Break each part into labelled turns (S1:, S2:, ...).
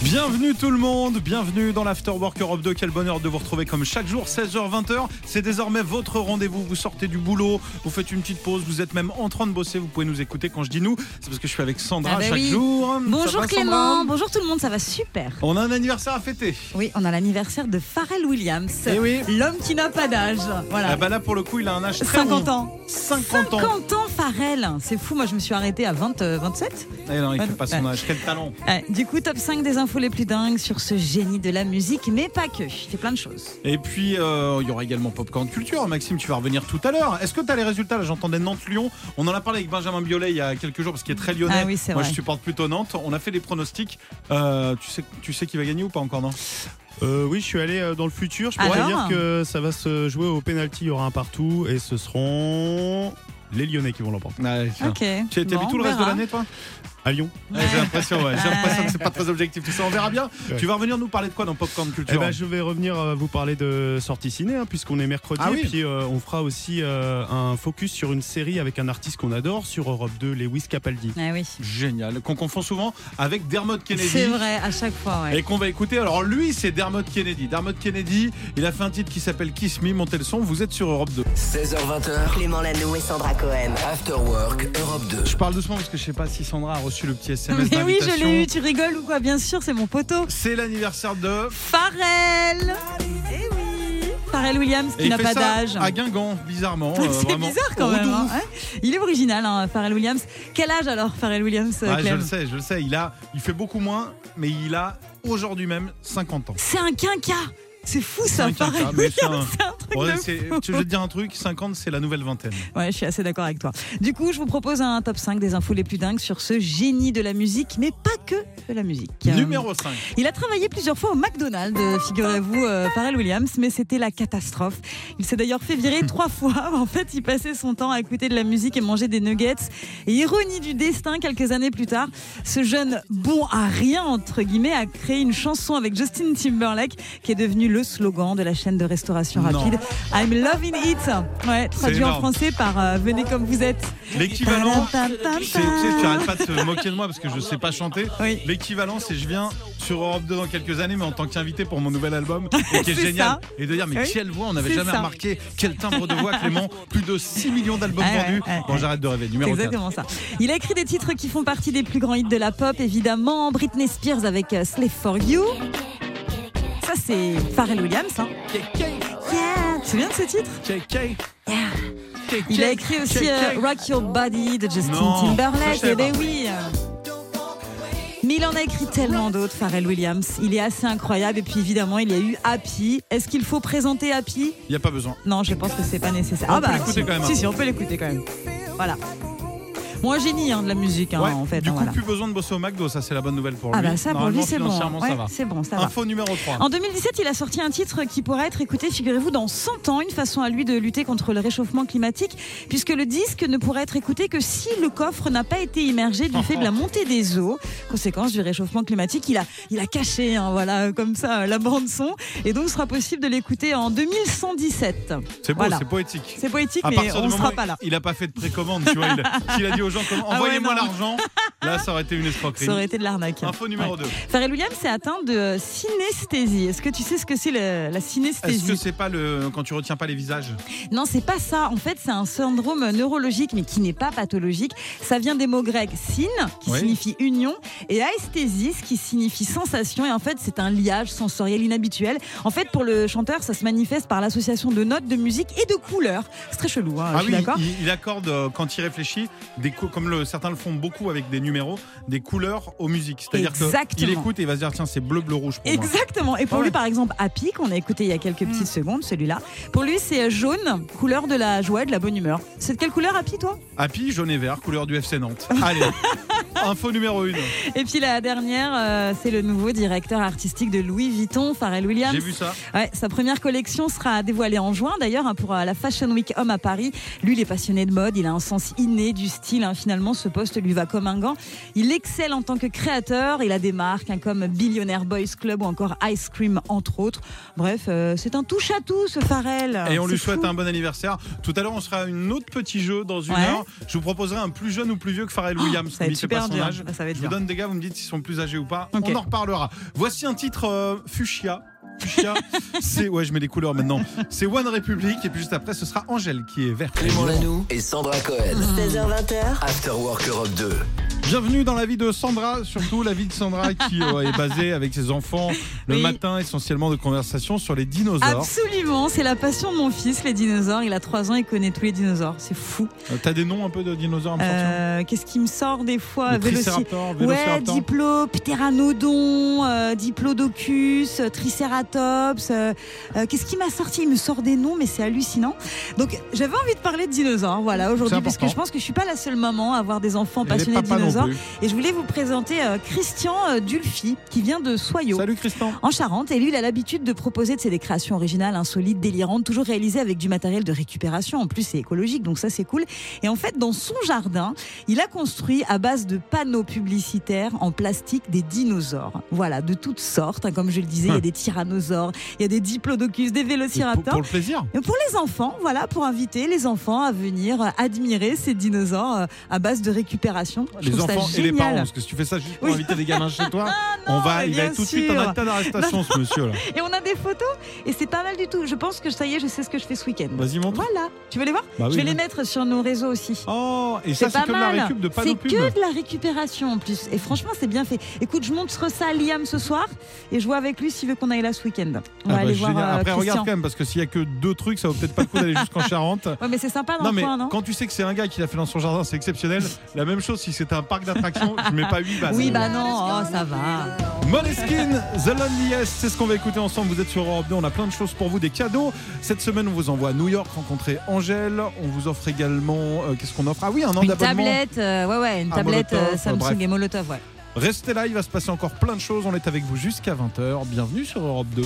S1: Bienvenue tout le monde, bienvenue dans l'Afterwork Europe 2. Quel bonheur de vous retrouver comme chaque jour, 16h-20h. C'est désormais votre rendez-vous. Vous sortez du boulot, vous faites une petite pause, vous êtes même en train de bosser. Vous pouvez nous écouter quand je dis nous. C'est parce que je suis avec Sandra
S2: Ah bah
S1: chaque
S2: oui.
S1: jour. Ça
S2: Bonjour
S1: va,
S2: Clément,
S1: Sandra
S2: Oh, bonjour tout le monde, ça va super.
S1: On a un anniversaire à fêter.
S2: Oui, on a l'anniversaire de Pharrell Williams,
S1: Eh oui.
S2: l'homme qui n'a pas d'âge. Voilà.
S1: Ah bah là, pour le coup, il a un âge très
S2: 50
S1: bon.
S2: ans.
S1: 50, ans.
S2: 50 ans Pharrell, c'est fou, moi je me suis arrêtée à 20, euh, 27.
S1: Eh non, il fait pas son âge. Quel talent.
S2: Ouais, du coup, top 5 des infos les plus dingues sur ce génie de la musique, mais pas que, il fait plein de choses.
S1: Et puis, euh, il y aura également Popcorn Culture. Maxime, tu vas revenir tout à l'heure. Est-ce que tu as les résultats Là, j'entendais Nantes-Lyon. On en a parlé avec Benjamin Biolay il y a quelques jours parce qu'il est très lyonnais.
S2: Ah oui, c'est
S1: Moi,
S2: vrai.
S1: je supporte plutôt Nantes. On a fait des pronostics. Euh, tu sais, tu sais qui va gagner ou pas encore, non
S3: Euh, oui, je suis allé euh, dans le futur. Je pourrais
S2: Alors
S3: dire que ça va se jouer au pénalty. Il y aura un partout et ce seront les Lyonnais qui vont l'emporter.
S1: Allez, tiens.
S2: Ok.
S1: Ah. Tu as t'as
S2: Bon,
S1: vu tout le
S2: on
S1: reste de
S2: verra.
S1: l'année, toi
S3: À Lyon.
S1: Ouais, J'ai l'impression, ouais. J'ai
S2: Ouais,
S1: l'impression
S2: ouais.
S1: que c'est pas très objectif tout ça. On verra bien.
S3: Ouais.
S1: Tu vas revenir nous parler de quoi dans Popcorn
S3: Eh
S1: Culture
S3: ben, je vais revenir euh, vous parler de sortie ciné, hein, puisqu'on est mercredi.
S1: Ah oui.
S3: Et puis, euh, on fera aussi euh, un focus sur une série avec un artiste qu'on adore sur Europe 2, Lewis Capaldi.
S2: Ah oui.
S1: Génial. Qu'on confond souvent avec Dermot Kennedy.
S2: C'est vrai, à chaque fois, ouais.
S1: Et qu'on va écouter. Alors lui, c'est Dermot Kennedy. Dermot Kennedy, il a fait un titre qui s'appelle Kiss Me, montez le son, vous êtes sur Europe 2.
S4: 16h20h.
S5: Clément Lano et Sandra Cohen.
S4: After Work Europe 2.
S1: Je parle doucement parce que je sais pas si Sandra a reçu le petit SMS
S2: Mais oui, je
S1: d'invitation.
S2: l'ai eu, tu rigoles ou quoi Bien sûr, c'est mon poteau.
S1: C'est l'anniversaire de...
S2: Pharrell Eh oui Pharrell Williams
S1: Et
S2: qui n'a
S1: fait
S2: pas
S1: ça
S2: d'âge.
S1: À Guingamp, bizarrement. euh,
S2: C'est
S1: vraiment.
S2: bizarre quand
S1: Au
S2: même.
S1: Rodourou.
S2: hein. Ouais. Il est original, hein, Pharrell Williams. Quel âge alors, Pharrell Williams, euh,
S1: Ah, je
S2: Clem
S1: le sais, je le sais. Il, a, il fait beaucoup moins, mais il a aujourd'hui même 50 ans.
S2: C'est un quinca C'est fou ça,
S1: un quinca,
S2: Pharrell
S1: mais
S2: Williams.
S1: c'est
S2: C'est
S1: un-
S2: un truc
S1: Ouais,
S2: de
S1: c'est-
S2: fou.
S1: tu- je vais te dire un truc, 50 c'est la nouvelle vingtaine.
S2: Ouais, je suis assez d'accord avec toi. Du coup, je vous propose un top 5 des infos les plus dingues sur ce génie de la musique, mais pas que de la musique. Euh,
S1: Numéro 5.
S2: Il a travaillé plusieurs fois au McDonald's, euh, figurez-vous, euh, Pharrell Williams, mais c'était la catastrophe. Il s'est d'ailleurs fait virer trois fois. En fait, il passait son temps à écouter de la musique et manger des nuggets. Et ironie du destin, quelques années plus tard, ce jeune bon à rien, entre guillemets, a créé une chanson avec Justin Timberlake qui est devenu le slogan de la chaîne de restauration
S1: Non.
S2: rapide. I'm loving it. Ouais, traduit en
S1: énorme.
S2: français par euh, Venez comme vous êtes.
S1: L'équivalent,
S2: Ta-da-da-da-da.
S1: c'est- tu sais, tu arrêtes pas de te moquer de moi parce que je sais pas chanter.
S2: Oui.
S1: L'équivalent, c'est je viens sur Europe 2 dans quelques années, mais en tant qu'invité pour mon nouvel album, et qui est
S2: C'est
S1: génial.
S2: ça.
S1: Et de dire, mais
S2: Oui.
S1: quelle voix, on n'avait
S2: C'est
S1: jamais
S2: ça.
S1: remarqué, quel timbre de voix, Clément, plus de 6 millions d'albums
S2: Ah ouais,
S1: vendus.
S2: ouais,
S1: bon,
S2: ouais.
S1: j'arrête de rêver.
S2: C'est
S1: Numéro 4.
S2: exactement ça. Il a écrit des titres qui font partie des plus grands hits de la pop, évidemment. Britney Spears avec euh, Slave for You. Ça, c'est Pharrell Williams. hein. Yeah. Tu te souviens de ce titre Yeah. Il a écrit aussi euh, Rock Your Body de Justin
S1: Non, ça, je
S2: Timberlake.
S1: savais
S2: Eh ben oui. Mais il en a écrit tellement d'autres, Pharrell Williams. Il est assez incroyable. Et puis évidemment, il y a eu Happy. Est-ce qu'il faut présenter Happy
S1: Il n'y a pas besoin.
S2: non, je pense que c'est pas nécessaire. Ah bah,
S1: On peut l'écouter
S2: si,
S1: quand même, hein.
S2: Si, si, on peut l'écouter quand même. Voilà. Moi, génie hein, de la musique, hein,
S1: Ouais,
S2: en fait.
S1: du
S2: hein,
S1: coup,
S2: voilà.
S1: plus besoin de bosser au McDo, ça c'est la bonne nouvelle pour
S2: Ah
S1: lui.
S2: bah ça, pour
S1: Normalement,
S2: lui, c'est bon.
S1: financièrement,
S2: Ouais,
S1: ça va.
S2: c'est bon, ça va.
S1: Info numéro 3.
S2: En 2017, il a sorti un titre qui pourrait être écouté, figurez-vous, dans 100 ans, une façon à lui de lutter contre le réchauffement climatique, puisque le disque ne pourrait être écouté que si le coffre n'a pas été immergé du fait de la montée des eaux, conséquence du réchauffement climatique. Il a, il a caché, hein, voilà, euh, comme ça, euh, la bande son, et donc sera possible de l'écouter en 2117.
S1: C'est beau,
S2: Voilà.
S1: c'est poétique.
S2: C'est poétique,
S1: À
S2: mais
S1: partir
S2: on
S1: du
S2: ne
S1: moment
S2: sera
S1: où
S2: pas là.
S1: il a pas fait de précommande, tu vois, il a- s'il a dit aux gens comment
S2: Ah ouais,
S1: envoyez-moi
S2: non.
S1: l'argent, là ça aurait été une escroquerie.
S2: Ça aurait été de l'arnaque.
S1: Info numéro 2.
S2: Pharrell Williams est atteint de synesthésie. Est-ce que tu sais ce que c'est le- la
S1: Est-ce que
S2: synesthésie
S1: c'est pas le quand tu retiens pas les visages
S2: Non, c'est pas ça. En fait, c'est un syndrome neurologique, mais qui n'est pas pathologique. Ça vient des mots grecs syn, qui
S1: Oui.
S2: signifie union, et aesthésis, qui signifie sensation. Et en fait, c'est un liage sensoriel inhabituel. En fait, pour le chanteur, ça se manifeste par l'association de notes, de musique et de couleurs. C'est très chelou, hein,
S1: Ah
S2: je suis d'accord.
S1: il, il accorde euh, quand il réfléchit des cou- comme le, certains le font beaucoup avec des numéros, des couleurs aux musiques. C'est-à-dire qu'il
S2: Exactement.
S1: écoute et il va se dire tiens c'est bleu bleu rouge pour moi.
S2: Exactement. Et pour
S1: Ouais.
S2: lui, par exemple, Happy, qu'on a écouté il y a quelques petites secondes, celui-là, pour lui, c'est euh, jaune, couleur de la joie, et de la bonne humeur. C'est de quelle couleur, Happy, toi
S1: Happy jaune et vert, couleur du FC Nantes. Allez, Info numéro 1.
S2: Et puis la dernière, euh, c'est le nouveau directeur artistique de Louis Vuitton, Pharrell Williams.
S1: J'ai vu ça.
S2: Ouais, sa première collection sera dévoilée en juin d'ailleurs hein, pour euh, la Fashion Week Homme à Paris. Lui, il est passionné de mode, il a un sens inné du style. hein. Finalement, ce poste lui va comme un gant. Il excelle en tant que créateur. Il a des marques hein, comme Billionaire Boys Club ou encore Ice Cream entre autres. Bref, euh, c'est un touche à tout ce Pharrell.
S1: Et on lui
S2: Ah, C'est
S1: souhaite
S2: fou.
S1: un bon anniversaire. Tout à l'heure, on sera à un autre petit jeu dans une
S2: Ouais. Oh,
S1: heure. Je vous proposerai un plus jeune ou plus vieux que Pharrell Williams.
S2: ça va être
S1: Mais c'est pas
S2: super
S1: son
S2: dur. Ah,
S1: âge.
S2: Ça va être
S1: Je vous
S2: dur.
S1: donne des gars, vous me dites s'ils sont plus âgés ou pas.
S2: Ok.
S1: On en reparlera. Voici un titre euh, Fuchsia. Fuchsia, c'est. Ouais, je mets les couleurs maintenant. C'est One Republic. Et puis juste après, ce sera Angèle qui est verte.
S4: Clément Lanoux et Sandra Cohen.
S5: 16h20h,
S4: After Work Europe 2.
S1: Bienvenue dans la vie de Sandra, surtout la vie de Sandra qui euh, est basée avec ses enfants le
S2: Oui.
S1: matin essentiellement de conversation sur les dinosaures.
S2: Absolument, c'est la passion de mon fils, les dinosaures. Il a 3 ans, il connaît tous les dinosaures. C'est fou.
S1: Euh, T'as des noms un peu de dinosaures à me sortir
S2: Ah, Euh, Qu'est-ce qui me sort des fois
S1: Le
S2: Véloci-
S1: Triceraptor,
S2: Ouais,
S1: Vélociraptor.
S2: Diplo, Pteranodon, euh, Diplodocus, euh, Triceratops. euh, euh, Qu'est-ce qui m'a sorti Il me sort des noms, mais c'est hallucinant. Donc, j'avais envie de parler de dinosaures, voilà, aujourd'hui, parce que
S1: important.
S2: je pense que je suis pas la seule maman à avoir des enfants
S1: Et les
S2: passionnés de
S1: papas non
S2: dinosaures.
S1: plus.
S2: Et je voulais vous présenter euh, Christian euh, Dulphy, qui vient de Soyaux
S1: Salut Christian.
S2: en Charente. Et lui, il a l'habitude de proposer de ses des créations originales, insolites, délirantes, toujours réalisées avec du matériel de récupération. En plus, c'est écologique, donc ça, c'est cool. Et en fait, dans son jardin, il a construit à base de panneaux publicitaires en plastique des dinosaures. Voilà, de toutes sortes. hein. Comme je le disais, il y a des tyrannosaures, il y a des diplodocus, des
S1: Hum. Pour,
S2: vélociraptors.
S1: pour le plaisir.
S2: Et Pour les enfants, voilà, pour inviter les enfants à venir euh, admirer ces dinosaures euh, à base de récupération. Je
S1: Les
S2: trouve ça
S1: enfants et les
S2: génial.
S1: parents, parce que si tu fais ça juste pour
S2: Oui.
S1: inviter des gamins chez toi, on va,
S2: mais
S1: il va
S2: bien
S1: être tout de suite
S2: sûr.
S1: en état d'arrestation, ce monsieur là.
S2: Et on a des photos, et c'est pas mal du tout. Je pense que ça y est, je sais ce que je fais ce week-end.
S1: Vas-y, montre.
S2: Voilà, tu veux les voir
S1: Bah oui,
S2: Je vais
S1: oui.
S2: les mettre sur nos réseaux aussi.
S1: Oh, et ça, c'est
S2: pas
S1: que de la
S2: mal.
S1: récup de panneaux
S2: C'est
S1: pub. Ah
S2: que de la récupération en plus. Et franchement, c'est bien fait. Écoute, je montre ça à Liam ce soir et je vois avec lui s'il veut qu'on aille là ce week-end. On
S1: Ah
S2: va
S1: bah,
S2: aller
S1: génial.
S2: voir euh,
S1: Après, regarde
S2: Christian.
S1: quand même, parce que s'il y a que deux trucs, ça vaut peut-être pas le coup d'aller jusqu'en Charente.
S2: Ouais, mais c'est sympa dans
S1: Non
S2: le
S1: mais
S2: coin, non
S1: quand tu sais que c'est un gars qui l'a fait dans son jardin, c'est exceptionnel. La même chose si c'était un parc d'attractions, je mets pas 8 balles.
S2: Oui, bah non, oh, ça va.
S1: Moleskine, The Loneliest, c'est ce qu'on va écouter ensemble. Vous êtes sur Europe 2, on a plein de choses pour vous, des cadeaux. Cette semaine, on vous envoie à New York rencontrer Angèle. On vous offre également, euh, qu'est-ce qu'on offre Ah oui, un an
S2: Une
S1: d'abonnement.
S2: tablette, euh, ouais, ouais, une
S1: Ah,
S2: tablette
S1: Molotov,
S2: euh, Samsung
S1: bref.
S2: et Molotov, ouais.
S1: Restez là, il va se passer encore plein de choses. On est avec vous jusqu'à 20h. Bienvenue sur Europe 2.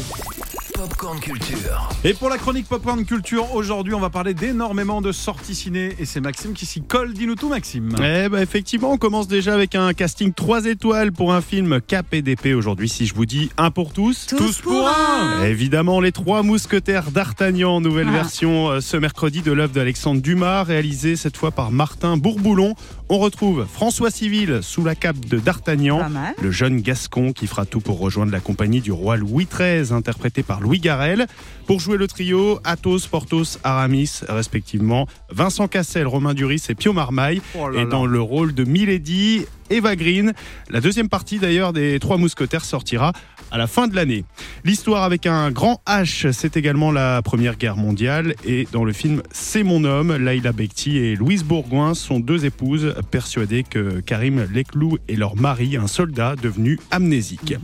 S4: Popcorn Culture.
S1: Et pour la chronique Popcorn Culture, aujourd'hui, on va parler d'énormément de sorties ciné. Et c'est Maxime qui s'y colle. Dis-nous tout, Maxime.
S3: Eh ben effectivement, on commence déjà avec un casting 3 étoiles pour un film Cap et d'épée aujourd'hui. Si je vous dis un pour tous,
S2: Tous Tous pour pour un. un.
S3: Évidemment, les trois mousquetaires d'Artagnan, nouvelle
S2: Ah.
S3: version euh, ce mercredi de l'œuvre d'Alexandre Dumas, réalisée cette fois par Martin Bourboulon. On retrouve François Civil sous la cape de D'Artagnan.
S2: Pas mal.
S3: Le jeune Gascon qui fera tout pour rejoindre la compagnie du roi Louis XIII, interprété par Louis Garrel. Pour jouer le trio, Athos, Porthos, Aramis, respectivement, Vincent Cassel, Romain Duris et Pio Marmaille.
S1: Oh là
S3: et
S1: là.
S3: dans le rôle de Milady, Eva Green. La deuxième partie d'ailleurs des Trois Mousquetaires sortira à la fin de l'année. L'histoire avec un grand H, c'est également la Première Guerre mondiale. Et dans le film C'est mon homme, Laila Bekti et Louise Bourgoin sont deux épouses persuadées que Karim Leclou est leur mari, un soldat devenu amnésique.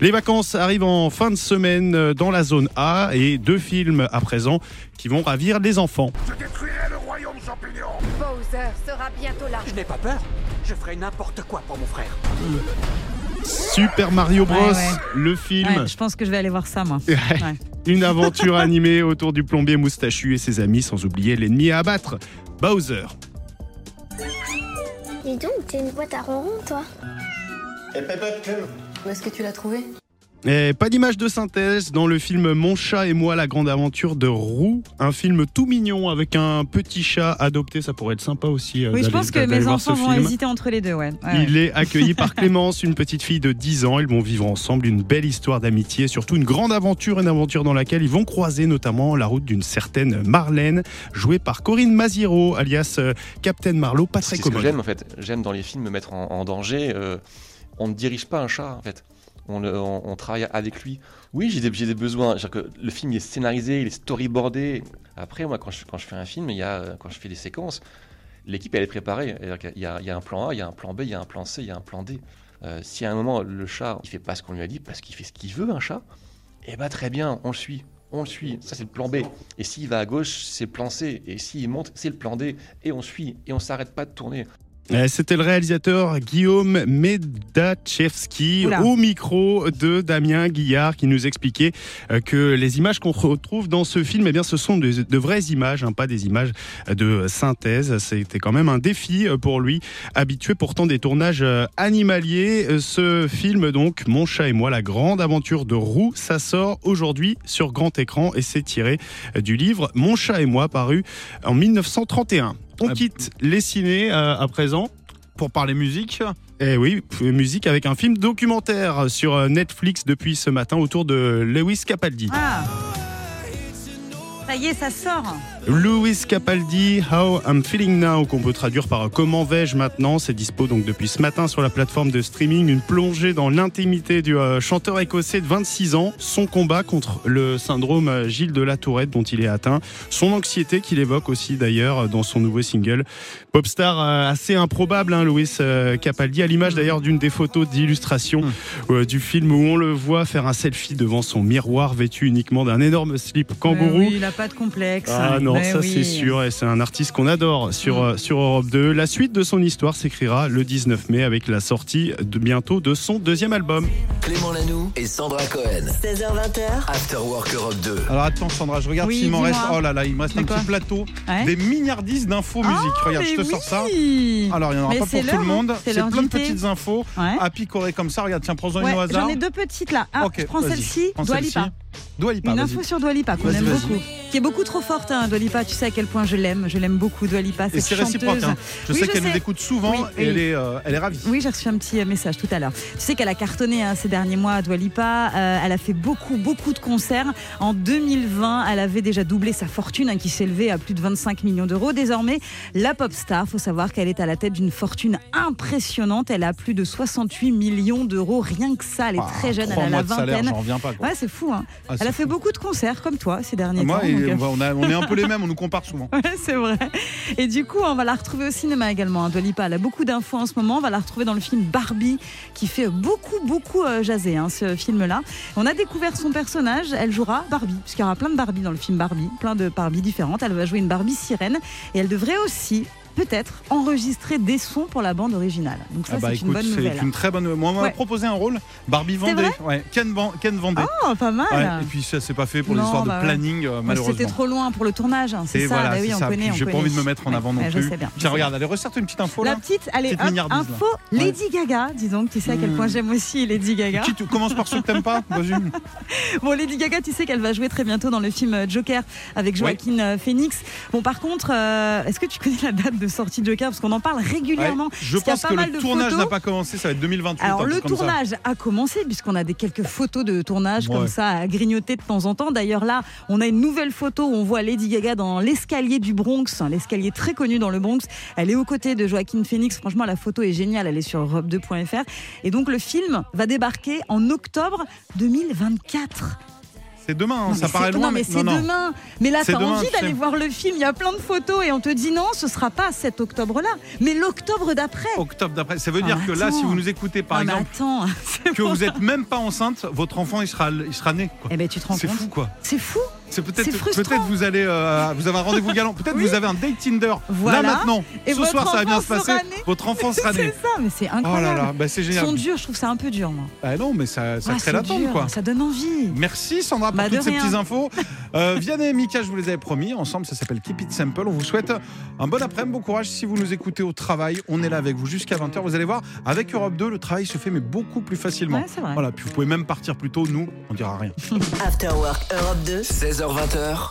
S3: Les vacances arrivent en fin de semaine euh, dans la zone A et deux films à présent qui vont ravir les enfants.
S6: Bowser sera bientôt là.
S7: Je n'ai pas peur. Je ferai n'importe quoi pour mon frère.
S3: Super Mario Bros,
S2: Ouais, ouais.
S3: le film.
S2: Ouais, je pense que je vais aller voir ça, moi. Ouais.
S3: Une aventure animée autour du plombier moustachu et ses amis, sans oublier l'ennemi à abattre, Bowser.
S8: Dis donc, t'es une boîte à ronron, toi
S6: Où est-ce que tu l'as trouvé
S3: Et pas d'image de synthèse dans le film Mon chat et moi, la grande aventure de Roux, un film tout mignon avec un petit chat adopté, ça pourrait être sympa aussi. euh,
S2: Oui, je
S3: d'aller-
S2: pense que
S3: d'aller
S2: mes
S3: voir
S2: enfants
S3: ce
S2: vont
S3: film.
S2: hésiter entre les deux, ouais. Ouais, ouais.
S3: Il est accueilli par Clémence, une petite fille de 10 ans. Ils vont vivre ensemble une belle histoire d'amitié, et surtout une grande aventure, une aventure dans laquelle ils vont croiser notamment la route d'une certaine Marlène, jouée par Corinne Maziero, alias euh, Captain Marlowe, pas très
S9: C'est ce que
S3: commode.
S9: j'aime en fait. J'aime dans les films me mettre en, en danger. euh, on ne dirige pas un chat en fait. On, le- on- on travaille avec lui. Oui, j'ai des, j'ai des besoins. C'est-à-dire que le film il est scénarisé, il est storyboardé. Après, moi, quand je, quand je fais un film, il y a, euh, quand je fais des séquences, l'équipe elle est préparée. C'est-à-dire qu'il y a- Il y, a un plan A, il y a un plan B, il y a un plan C, il y a un plan D. Euh, si à un moment le chat il fait pas ce qu'on lui a dit parce qu'il fait ce qu'il veut un chat, eh ben très bien, on le suit, on le suit. Ça c'est le plan B. Et s'il va à gauche, c'est le plan C. Et s'il monte, c'est le plan D. Et on suit et on s'arrête pas de tourner.
S3: Euh, C'était le réalisateur Guillaume Medachevski
S2: Oula.
S3: au micro de Damien Guillard qui nous expliquait euh, que les images qu'on retrouve dans ce film, eh bien, ce sont de, de vraies images, hein, pas des images de synthèse. C'était quand même un défi euh, pour lui, habitué pourtant des tournages euh, animaliers. Euh, Ce film, donc, Mon chat et moi, la grande aventure de Roux, ça sort aujourd'hui sur grand écran et c'est tiré euh, du livre Mon chat et moi, paru en 1931. On
S1: Ah,
S3: quitte les cinés euh, à présent.
S1: Pour parler musique,
S3: Eh oui, p- musique avec un film documentaire sur euh, Netflix depuis ce matin autour de Lewis Capaldi.
S2: Ah Ça y est, ça sort.
S3: Lewis Capaldi, How I'm Feeling Now, qu'on peut traduire par euh, Comment vais-je maintenant C'est dispo donc depuis ce matin sur la plateforme de streaming. Une plongée dans l'intimité du euh, chanteur écossais de 26 ans, son combat contre le syndrome euh, Gilles de la Tourette dont il est atteint, son anxiété qu'il évoque aussi d'ailleurs euh, dans son nouveau single. Popstar euh, assez improbable, hein, Lewis euh, Capaldi, à l'image d'ailleurs d'une des photos d'illustration euh, du film où on le voit faire un selfie devant son miroir vêtu uniquement d'un énorme slip kangourou.
S2: Euh, Oui, il n'a pas de complexe.
S3: Ah non,
S2: Mais
S3: ça
S2: oui.
S3: c'est sûr, et c'est un artiste qu'on adore sur,
S2: Mm.
S3: euh, sur Europe 2. La suite de son histoire s'écrira le 19 mai avec la sortie de bientôt de son deuxième album.
S4: Clément Lanoux et Sandra Cohen.
S5: 16h20h,
S4: After Work Europe 2.
S1: Alors attends Sandra, je regarde
S2: Oui,
S1: s'il m'en
S2: dis-moi.
S1: reste. Oh là là, il me reste
S2: De
S1: un
S2: quoi
S1: petit plateau.
S2: Ouais.
S1: Des milliardises d'infos
S2: Ah,
S1: musique. Regarde, je te
S2: mais
S1: sors ça.
S2: oui.
S1: Alors il n'y en aura
S2: Mais
S1: pas
S2: c'est
S1: pour tout le
S2: l'heure, hein,
S1: monde.
S2: c'est
S1: C'est
S2: l'heures
S1: plein de
S2: du thé.
S1: petites infos
S2: Ouais.
S1: à picorer comme ça. Regarde, tiens, prends-en
S2: Ouais,
S1: une au hasard.
S2: J'en ai deux petites là. Ah,
S1: Ok,
S2: je prends
S1: vas-y,
S2: celle-ci,
S1: prends
S2: Dua
S1: celle-ci.
S2: Lipa.
S1: Dua Lipa,
S2: Une
S1: vas-y.
S2: info sur Dua Lipa qu'on
S1: Vas-y,
S2: aime
S1: vas-y.
S2: beaucoup. Qui est beaucoup trop forte, hein, Dua Lipa. Tu sais à quel point je l'aime. Je l'aime beaucoup, Dua Lipa,
S1: Et
S2: cette
S1: c'est
S2: chanteuse.
S1: réciproque. hein. Je
S2: Oui,
S1: sais
S2: je
S1: qu'elle nous
S2: sais.
S1: écoute souvent
S2: Oui,
S1: et
S2: oui.
S1: elle est, euh, elle est ravie.
S2: Oui, j'ai reçu un petit euh, message tout à l'heure. Tu sais qu'elle a cartonné hein, ces derniers mois à Dua Lipa. Euh, elle a fait beaucoup, beaucoup de concerts. En 2020, elle avait déjà doublé sa fortune hein, qui s'élevait à plus de 25 millions d'euros. Désormais, la pop star, faut savoir qu'elle est à la tête d'une fortune impressionnante. Elle a plus de 68 millions d'euros, rien que ça. Elle est
S1: Ah,
S2: très jeune, elle
S1: trois
S2: a
S1: mois
S2: la
S1: de salaire,
S2: vingtaine.
S1: j'en reviens pas. quoi.
S2: Ouais, c'est fou. Hein.
S1: Ah, c'est
S2: Elle a fait
S1: fou. Ah,
S2: beaucoup de concerts comme toi ces derniers
S1: Moi,
S2: temps.
S1: et-
S2: donc, euh,
S1: on, a- on est un peu les mêmes, on nous compare souvent.
S2: Ouais, c'est vrai. Et du coup, on va la retrouver au cinéma également. Hein, Dua Lipa, elle a beaucoup d'infos en ce moment. On va la retrouver dans le film Barbie, qui fait beaucoup, beaucoup euh, jaser, hein, ce film-là. On a découvert son personnage. Elle jouera Barbie, puisqu'il y aura plein de Barbie dans le film Barbie, plein de Barbie différentes. Elle va jouer une Barbie sirène. Et elle devrait aussi, peut-être, enregistrer des sons pour la bande originale. Donc ça,
S1: Ah bah
S2: c'est
S1: écoute,
S2: une bonne
S1: c'est
S2: nouvelle. hein.
S1: une très bonne nouvelle. Moi, on m'a
S2: Ouais.
S1: proposé un rôle, Barbie
S2: C'est
S1: Vendée. Ouais. Ken, Van- Ken Vendée.
S2: Oh, pas mal
S1: Ouais, et puis ça s'est pas fait pour
S2: Non,
S1: l'histoire
S2: bah ouais.
S1: de planning, euh,
S2: Mais
S1: malheureusement.
S2: C'était trop loin pour le tournage, hein, c'est
S1: Et
S2: ça.
S1: voilà,
S2: bah oui,
S1: c'est
S2: on
S1: ça.
S2: connaît.
S1: Puis
S2: on
S1: J'ai pas
S2: connaît.
S1: envie de me mettre en
S2: Ouais,
S1: avant non
S2: ouais,
S1: plus.
S2: Je sais bien. je
S1: Tiens,
S2: sais
S1: regarde, allez, ressortez une petite info
S2: La
S1: là.
S2: petite, allez,
S1: Petite
S2: hop,
S1: milliardise, là.
S2: info,
S1: Ouais.
S2: Lady Gaga, dis donc, tu sais à quel point j'aime aussi Lady Gaga.
S1: Qui, tu commences par ceux que t'aimes pas vas-y.
S2: Bon, Lady Gaga, tu sais qu'elle va jouer très bientôt dans le film euh, Joker avec Joaquin euh, Phoenix. Bon, par contre, euh, est-ce que tu connais la date de sortie de Joker Parce qu'on en parle régulièrement.
S1: Ouais, Je
S2: Parce qu'il y a
S1: pense
S2: pas
S1: que
S2: mal
S1: le
S2: de
S1: tournage
S2: photos.
S1: n'a pas commencé, ça va être 2028. un
S2: Alors
S1: truc
S2: le
S1: comme ça.
S2: tournage a commencé puisqu'on a des quelques photos de tournage
S1: Ouais.
S2: comme ça à grignoter de temps en temps. D'ailleurs là, on a une nouvelle photo où on voit Lady Gaga dans l'escalier du Bronx, hein, l'escalier très connu dans le Bronx. Elle est aux côtés de Joaquin Phoenix. Franchement, la photo est géniale. Elle est sur europe2.fr. Et donc le film va débarquer en octobre 2024.
S1: C'est demain, hein,
S2: Non,
S1: ça
S2: mais
S1: paraît
S2: c'est-
S1: loin.
S2: Non mais c'est demain. Mais là,
S1: C'est
S2: t'as
S1: demain,
S2: envie
S1: tu
S2: d'aller
S1: sais.
S2: voir le film. Il y a plein de photos et on te dit non, ce sera pas cet octobre-là, mais l'octobre d'après.
S1: Octobre d'après. Ça veut
S2: Ah,
S1: dire
S2: mais
S1: que là,
S2: attends.
S1: si vous nous écoutez, par
S2: Ah, mais
S1: exemple,
S2: attends, c'est
S1: que vous n'êtes même pas enceinte, votre enfant, il sera, il sera né. quoi.
S2: Eh ben tu te rends
S1: C'est
S2: compte
S1: fou, quoi.
S2: C'est fou.
S1: C'est peut-être,
S2: C'est frustrant.
S1: peut-être vous allez, euh, vous avez un rendez-vous galant. Peut-être vous avez un date Tinder.
S2: Voilà.
S1: Là maintenant,
S2: Et
S1: ce
S2: votre
S1: soir, ça va bien se
S2: enfant
S1: passer.
S2: sera né.
S1: Votre enfant sera
S2: C'est
S1: né.
S2: ça, mais c'est
S1: Oh là
S2: incroyable.
S1: là, bah, c'est
S2: Ils
S1: génial.
S2: sont durs, je trouve ça un peu dur, moi.
S1: Ah non, mais ça, ça
S2: Ah,
S1: crée
S2: c'est
S1: l'attente,
S2: dur,
S1: quoi.
S2: Ça donne envie.
S1: Merci Sandra pour
S2: Bah, de
S1: toutes ces
S2: rien.
S1: petites infos. Euh, Vianney et Mika, je vous les avais promis. Ensemble, ça s'appelle Keep It Simple. On vous souhaite un bon après-midi, bon courage. Si vous nous écoutez au travail, on est là avec vous jusqu'à 20h. Vous allez voir, avec Europe 2, le travail se fait, mais beaucoup plus facilement.
S2: Ouais, c'est vrai.
S1: Voilà, puis vous pouvez même partir plus tôt. Nous, on dira rien.
S5: After Work Europe 2
S4: 16h20h.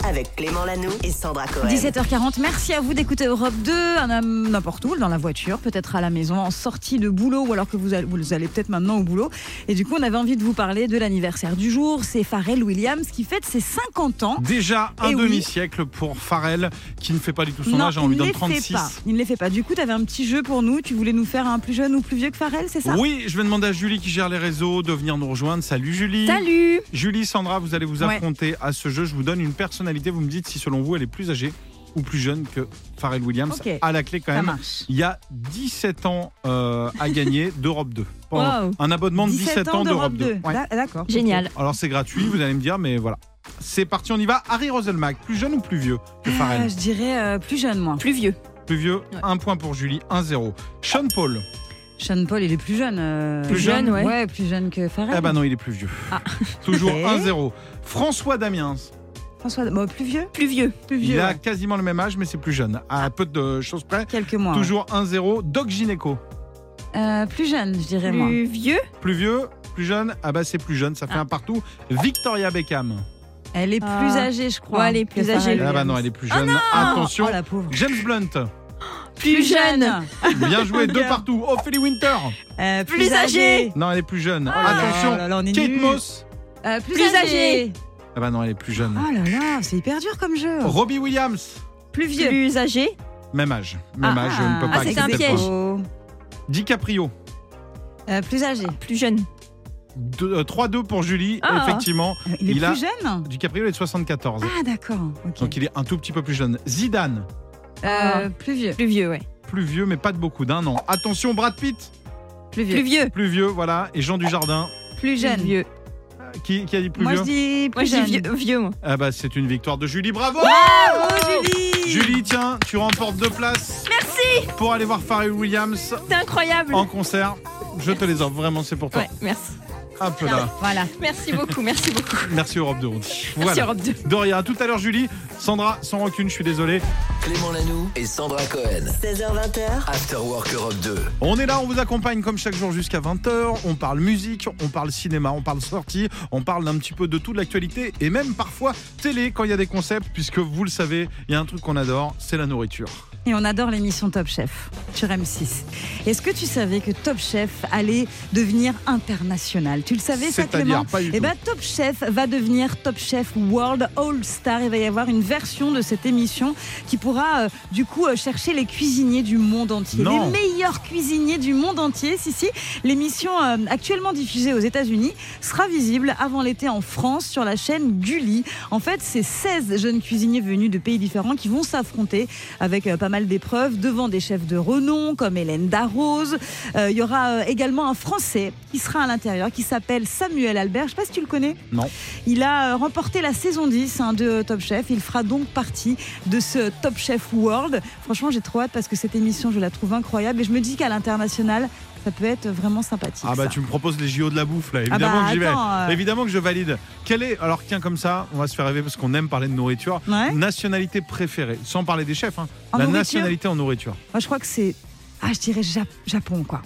S5: avec Clément Lanoux et Sandra Cohen.
S2: 17h40, merci à vous d'écouter Europe 2, un- n'importe où, dans la voiture, peut-être à la maison, en sortie de boulot, ou alors que vous allez, vous allez peut-être maintenant au boulot. Et du coup, on avait envie de vous parler de l'anniversaire du jour. C'est Pharrell Williams qui fête ses 50 ans.
S1: Déjà un
S2: Eh oui.
S1: demi-siècle pour Pharrell, qui ne fait pas du tout son
S2: non,
S1: âge. hein. On
S2: il
S1: lui
S2: ne
S1: donne
S2: les fait
S1: 36.
S2: pas. Il ne les fait pas. Du coup, tu avais un petit jeu pour nous. Tu voulais nous faire un plus jeune ou plus vieux que Pharrell, c'est ça
S1: Oui, je vais demander à Julie qui gère les réseaux de venir nous rejoindre. Salut Julie.
S2: Salut
S1: Julie, Sandra, vous allez vous
S2: Ouais.
S1: affronter à ce jeu. Je vous donne une personnalité. Vous me dites si selon vous elle est plus âgée ou plus jeune que Pharrell Williams.
S2: Ok.
S1: À la clé quand
S2: Ça
S1: même.
S2: marche.
S1: Il y a 17 ans euh, à gagner d'Europe 2. Pendant
S2: Wow.
S1: Un abonnement de 17, ans d'Europe 2. Ouais.
S2: D'ac- D'accord.
S10: Génial.
S1: Alors c'est gratuit, vous allez me dire, mais voilà. C'est parti, on y va. Harry Roselmack, plus jeune ou plus vieux que
S2: Ah,
S1: Pharrell
S2: je dirais euh, plus jeune, moi.
S10: Plus vieux.
S1: Plus vieux,
S10: Ouais.
S1: un point pour Julie, 1-0. Sean Paul.
S2: Sean Paul, il est plus jeune. euh,
S10: Plus jeune, ouais.
S2: Ouais, plus jeune que Pharrell.
S1: Eh ben non, il est plus vieux.
S2: Ah.
S1: Toujours
S2: Ok.
S1: 1-0. François Damiens.
S2: François, bah, plus vieux
S10: Plus vieux.
S2: Plus
S1: Il
S2: vieux.
S1: a
S2: ouais.
S1: quasiment le même âge, mais c'est plus jeune. À peu de choses près.
S2: Quelques mois. ouais.
S1: Toujours 1-0. Doc Gineco.
S2: Euh, plus jeune, je dirais moi.
S10: Plus vieux.
S1: Plus vieux, plus jeune. Ah bah c'est plus jeune, ça fait un partout. Victoria Beckham.
S2: Elle est plus
S10: Ah.
S2: âgée, je crois.
S10: Ouais, elle est
S2: que
S10: plus
S2: Pharrell
S10: âgée.
S1: Ah bah
S2: Williams.
S1: non, elle est plus jeune. Attention.
S2: Oh la pauvre.
S1: James Blunt.
S10: Plus jeune.
S1: Bien joué, deux
S2: Bien.
S1: partout. Ophélie Winter.
S2: Euh, plus,
S10: Plus
S2: âgée.
S1: Non, elle est plus jeune.
S2: Oh là là,
S1: Attention.
S2: oh là là, on est
S1: Kate
S2: nuls.
S1: Moss.
S2: Euh, plus,
S10: Plus
S2: âgée.
S1: Ah bah non, elle est plus jeune.
S2: Oh là là, c'est hyper dur comme jeu.
S1: Robbie Williams.
S2: Plus
S10: Plus âgé.
S1: Même âge. Même
S2: Ah,
S1: âge, je ne peux
S2: ah,
S1: pas
S10: ah, c'est un
S1: accepter le
S10: piège.
S1: point. DiCaprio.
S2: Euh, plus âgé.
S10: Plus jeune.
S1: Deux- euh, 3-2 pour Julie,
S10: Ah.
S1: effectivement.
S2: Euh, Il est
S1: Il
S2: plus
S1: a-
S2: jeune
S1: DiCaprio, il est de 74.
S2: Ah d'accord. ok.
S1: Donc il est un tout petit peu plus jeune. Zidane,
S2: Euh, plus vieux.
S10: Plus vieux, ouais.
S1: plus vieux, mais pas de beaucoup, d'un an. Attention, Brad Pitt,
S2: Plus vieux.
S10: Plus vieux.
S1: plus vieux, voilà. Et Jean Dujardin,
S2: Plus jeune.
S10: Plus vieux.
S1: euh, qui, qui a dit plus
S2: Moi
S1: vieux
S2: je dis plus
S10: Moi, je
S2: jeune.
S10: dis vieux, vieux, moi.
S1: Ah bah c'est une victoire de Julie, bravo
S2: Oh, Julie.
S1: Julie, tiens, tu remportes deux places. Merci Pour aller voir Pharrell Williams
S10: C'est incroyable.
S1: en concert. Je te les offre, vraiment, c'est pour toi.
S10: Ouais, merci.
S1: Hop là.
S2: Voilà.
S10: Merci beaucoup, merci beaucoup.
S1: Merci Europe de route.
S10: Merci
S1: Voilà.
S10: Europe 2.
S1: De rien, à tout à l'heure Julie. Sandra, sans rancune, je suis désolé.
S4: Clément Lanoux et Sandra Cohen.
S5: 16h20h,
S4: After Work Europe 2.
S1: On est là, on vous accompagne comme chaque jour jusqu'à 20h. On parle musique, on parle cinéma, on parle sortie, on parle d'un petit peu de toute l'actualité et même parfois télé quand il y a des concepts, puisque vous le savez, il y a un truc qu'on adore, c'est la nourriture.
S2: Et on adore l'émission Top Chef sur M6. Est-ce que tu savais que Top Chef allait devenir international Tu le savais ça,
S1: C'est-à-dire
S2: Clément
S1: pas du
S2: Eh
S1: tout.
S2: ben, Top Chef va devenir Top Chef World All Star. Il va y avoir une version de cette émission qui pourra euh, du coup euh, chercher les cuisiniers du monde entier,
S1: Non.
S2: les meilleurs cuisiniers du monde entier. Si si, l'émission euh, actuellement diffusée aux États-Unis sera visible avant l'été en France sur la chaîne Gulli. En fait, c'est 16 jeunes cuisiniers venus de pays différents qui vont s'affronter avec euh, pas mal d'épreuves devant des chefs de renom comme Hélène Darroze. Euh, Il y aura euh, également un Français qui sera à l'intérieur qui s'appelle Samuel Albert. Je sais pas si tu le connais.
S1: Non.
S2: Il a euh, remporté la saison 10 hein, de Top Chef. Il fera donc partie de ce Top Chef World. Franchement, j'ai trop hâte parce que cette émission, je la trouve incroyable et je me dis qu'à l'international, ça peut être vraiment sympathique.
S1: Ah bah
S2: ça.
S1: tu me proposes les JO de la bouffe là, évidemment
S2: bah,
S1: que j'y vais.
S2: attends, euh.
S1: Évidemment que je valide. Quelle est, alors tiens comme ça, on va se faire rêver parce qu'on aime parler de nourriture,
S2: Ouais.
S1: nationalité préférée, sans parler des chefs, hein.
S2: En
S1: la
S2: nourriture
S1: nationalité en nourriture.
S2: Moi, je crois que c'est. Ah, je dirais Jap- Japon, quoi.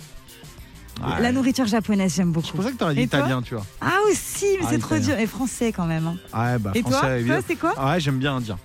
S1: Ouais.
S2: La nourriture japonaise, j'aime
S1: C'est
S2: beaucoup.
S1: pour ça que t'aurais dit
S2: Et toi
S1: italien, tu vois.
S2: Ah, aussi, mais
S1: Ah,
S2: c'est trop
S1: italien.
S2: dur. Et français, quand même. hein.
S1: Ouais, bah
S2: Et toi,
S1: français, évidemment.
S2: toi c'est quoi
S1: Ah ouais, j'aime bien indien.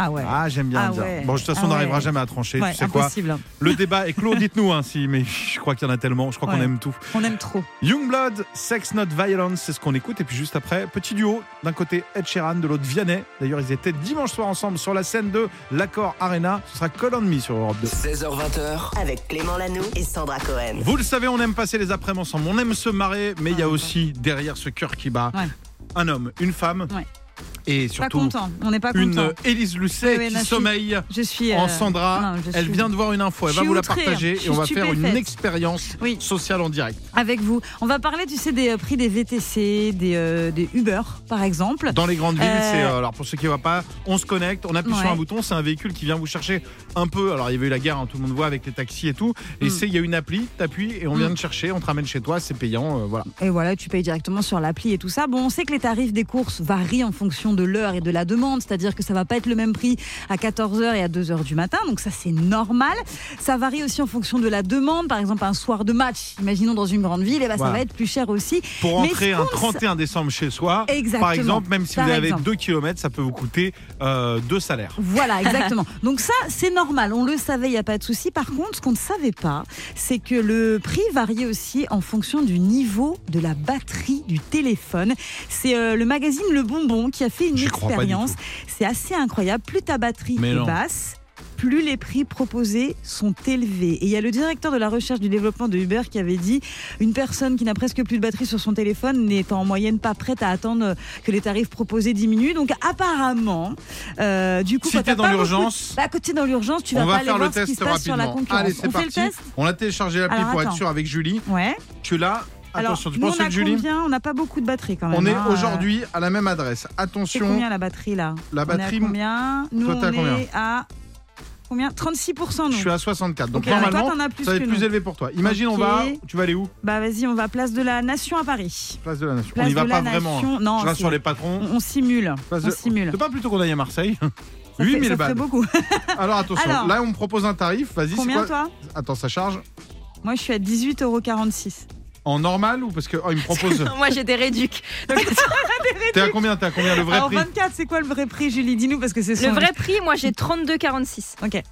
S2: Ah, ouais.
S1: Ah, j'aime bien
S2: Ah
S1: indien.
S2: ouais.
S1: Bon, de toute façon,
S2: Ah
S1: on n'arrivera
S2: ouais.
S1: jamais à trancher,
S2: Ouais,
S1: tu sais quoi.
S2: impossible. hein.
S1: Le débat est clos, dites-nous hein, si, mais je crois qu'il y en a tellement, je crois qu'on
S2: Ouais.
S1: aime tout.
S2: On aime trop.
S1: Youngblood, Sex Not Violence, c'est ce qu'on écoute. Et puis juste après, petit duo, d'un côté Ed Sheeran, de l'autre Vianney. D'ailleurs, ils étaient dimanche soir ensemble sur la scène de l'Accord Arena. Ce sera Call on Me sur Europe 2.
S4: 16h20.
S5: avec Clément Lanoux et Sandra Cohen.
S1: Vous le savez, on aime passer les après-midi ensemble, on aime se marrer, mais il y a aussi derrière ce cœur qui bat
S2: Ouais.
S1: un homme, une femme
S2: Ouais.
S1: et
S2: Pas
S1: surtout
S2: content. On n'est pas
S1: une
S2: content.
S1: euh, Élise Lucet
S2: Oui, oui,
S1: qui
S2: Nafi.
S1: sommeille.
S2: Je suis. euh,
S1: en Sandra.
S2: non, je
S1: Elle
S2: suis-
S1: vient de voir une info, elle
S2: je
S1: va
S2: suis
S1: vous la
S2: outrée, hein.
S1: partager
S2: je
S1: et on
S2: suis
S1: va faire une
S2: stupéfaite.
S1: expérience
S2: Oui.
S1: sociale en direct.
S2: avec vous. On va parler, tu sais, des euh, prix des VTC, des, euh, des Uber, par exemple.
S1: Dans les grandes villes,
S2: Euh,
S1: c'est euh, alors pour ceux qui ne voient pas, on se connecte, on appuie sur
S2: Ouais.
S1: un bouton, c'est un véhicule qui vient vous chercher un peu. Alors il y avait eu la guerre, hein, tout le monde voit avec les taxis et tout. Et
S2: Mm.
S1: c'est il y a une appli, t'appuies et on
S2: Mm.
S1: vient te chercher, on te ramène chez toi, c'est payant, euh, voilà.
S2: Et voilà, tu payes directement sur l'appli et tout ça. Bon, on sait que les tarifs des courses varient en fonction de l'heure et de la demande, c'est-à-dire que ça va pas être le même prix à 14h et à 2h du matin, donc ça c'est normal. Ça varie aussi en fonction de la demande, par exemple un soir de match, imaginons dans une grande ville, et ben, ça
S1: Voilà.
S2: va être plus cher aussi.
S1: Pour
S2: Mais
S1: entrer un
S2: ce qu'on
S1: 31 décembre chez soi,
S2: Exactement.
S1: par exemple, même si
S2: Par
S1: vous avez
S2: exemple.
S1: 2 km, ça peut vous coûter euh, deux salaires.
S2: Voilà, exactement. Donc ça, c'est normal. On le savait, il n'y a pas de souci. Par contre, ce qu'on ne savait pas, c'est que le prix variait aussi en fonction du niveau de la batterie du téléphone. C'est euh, le magazine Le Bonbon qui a fait une
S1: J'y crois pas du
S2: expérience. C'est assez incroyable. Plus ta batterie
S1: Mais
S2: est
S1: non.
S2: basse, plus les prix proposés sont élevés. Et il y a le directeur de la recherche du développement de Uber qui avait dit une personne qui n'a presque plus de batterie sur son téléphone n'est en moyenne pas prête à attendre que les tarifs proposés diminuent. Donc apparemment, euh, du coup,
S1: Si
S2: quand
S1: t'es
S2: t'as
S1: dans
S2: pas beaucoup
S1: l'urgence,
S2: de- bah, quand t'es dans l'urgence, tu
S1: on
S2: vas
S1: va
S2: pas aller
S1: faire le
S2: voir ce qui
S1: test
S2: se passe sur la
S1: rapidement.
S2: concurrence.
S1: Allez, c'est
S2: on fait
S1: parti.
S2: le test.
S1: On a téléchargé l'appli
S2: Alors,
S1: pour être
S2: attends.
S1: sûr avec Julie.
S2: Ouais.
S1: Tu l'as.
S2: Alors,
S1: Attention, tu
S2: nous,
S1: penses
S2: on a
S1: que Julie
S2: combien On n'a pas beaucoup de batterie quand même.
S1: On est
S2: hein.
S1: aujourd'hui à la même adresse.
S2: C'est
S1: Attention,
S2: combien la batterie là
S1: la
S2: On est à
S1: batterie.
S2: combien Nous,
S1: Toi, t'es à
S2: on
S1: combien
S2: est à Combien 36%
S1: Je suis
S2: non.
S1: à 64. Donc
S2: Ok, alors toi,
S1: normalement,
S2: t'en as plus
S1: ça va
S2: que
S1: être plus
S2: nous.
S1: élevé pour toi. Imagine, on
S2: Ok.
S1: va. Tu vas aller où
S2: Bah vas-y, on va place de la Nation à Paris.
S1: Place de la Nation.
S2: Place
S1: on n'y va
S2: de
S1: pas
S2: la
S1: vraiment. hein.
S2: Nation. Non,
S1: Je reste
S2: si.
S1: sur les patrons.
S2: On, on simule.
S1: Place
S2: on
S1: de-
S2: simule.
S1: C'est pas plutôt qu'on aille à Marseille
S2: Ça fait-
S1: 8000
S2: ça fait
S1: balles.
S2: beaucoup.
S1: Alors attention,
S2: Alors.
S1: là on me propose un tarif. Vas-y, c'est
S2: Combien
S1: quoi
S2: toi
S1: Attends, ça charge
S2: Moi je suis à 18,46€.
S1: En normal ou parce que. Oh, il me propose.
S10: Moi, j'ai des réducs. Donc,
S1: T'es à combien T'es à combien le vrai
S2: Alors
S1: prix
S2: 24, c'est quoi le vrai prix Julie Dis-nous parce que c'est
S10: le
S2: son-
S10: vrai prix, moi, j'ai 32,46.
S2: Ok.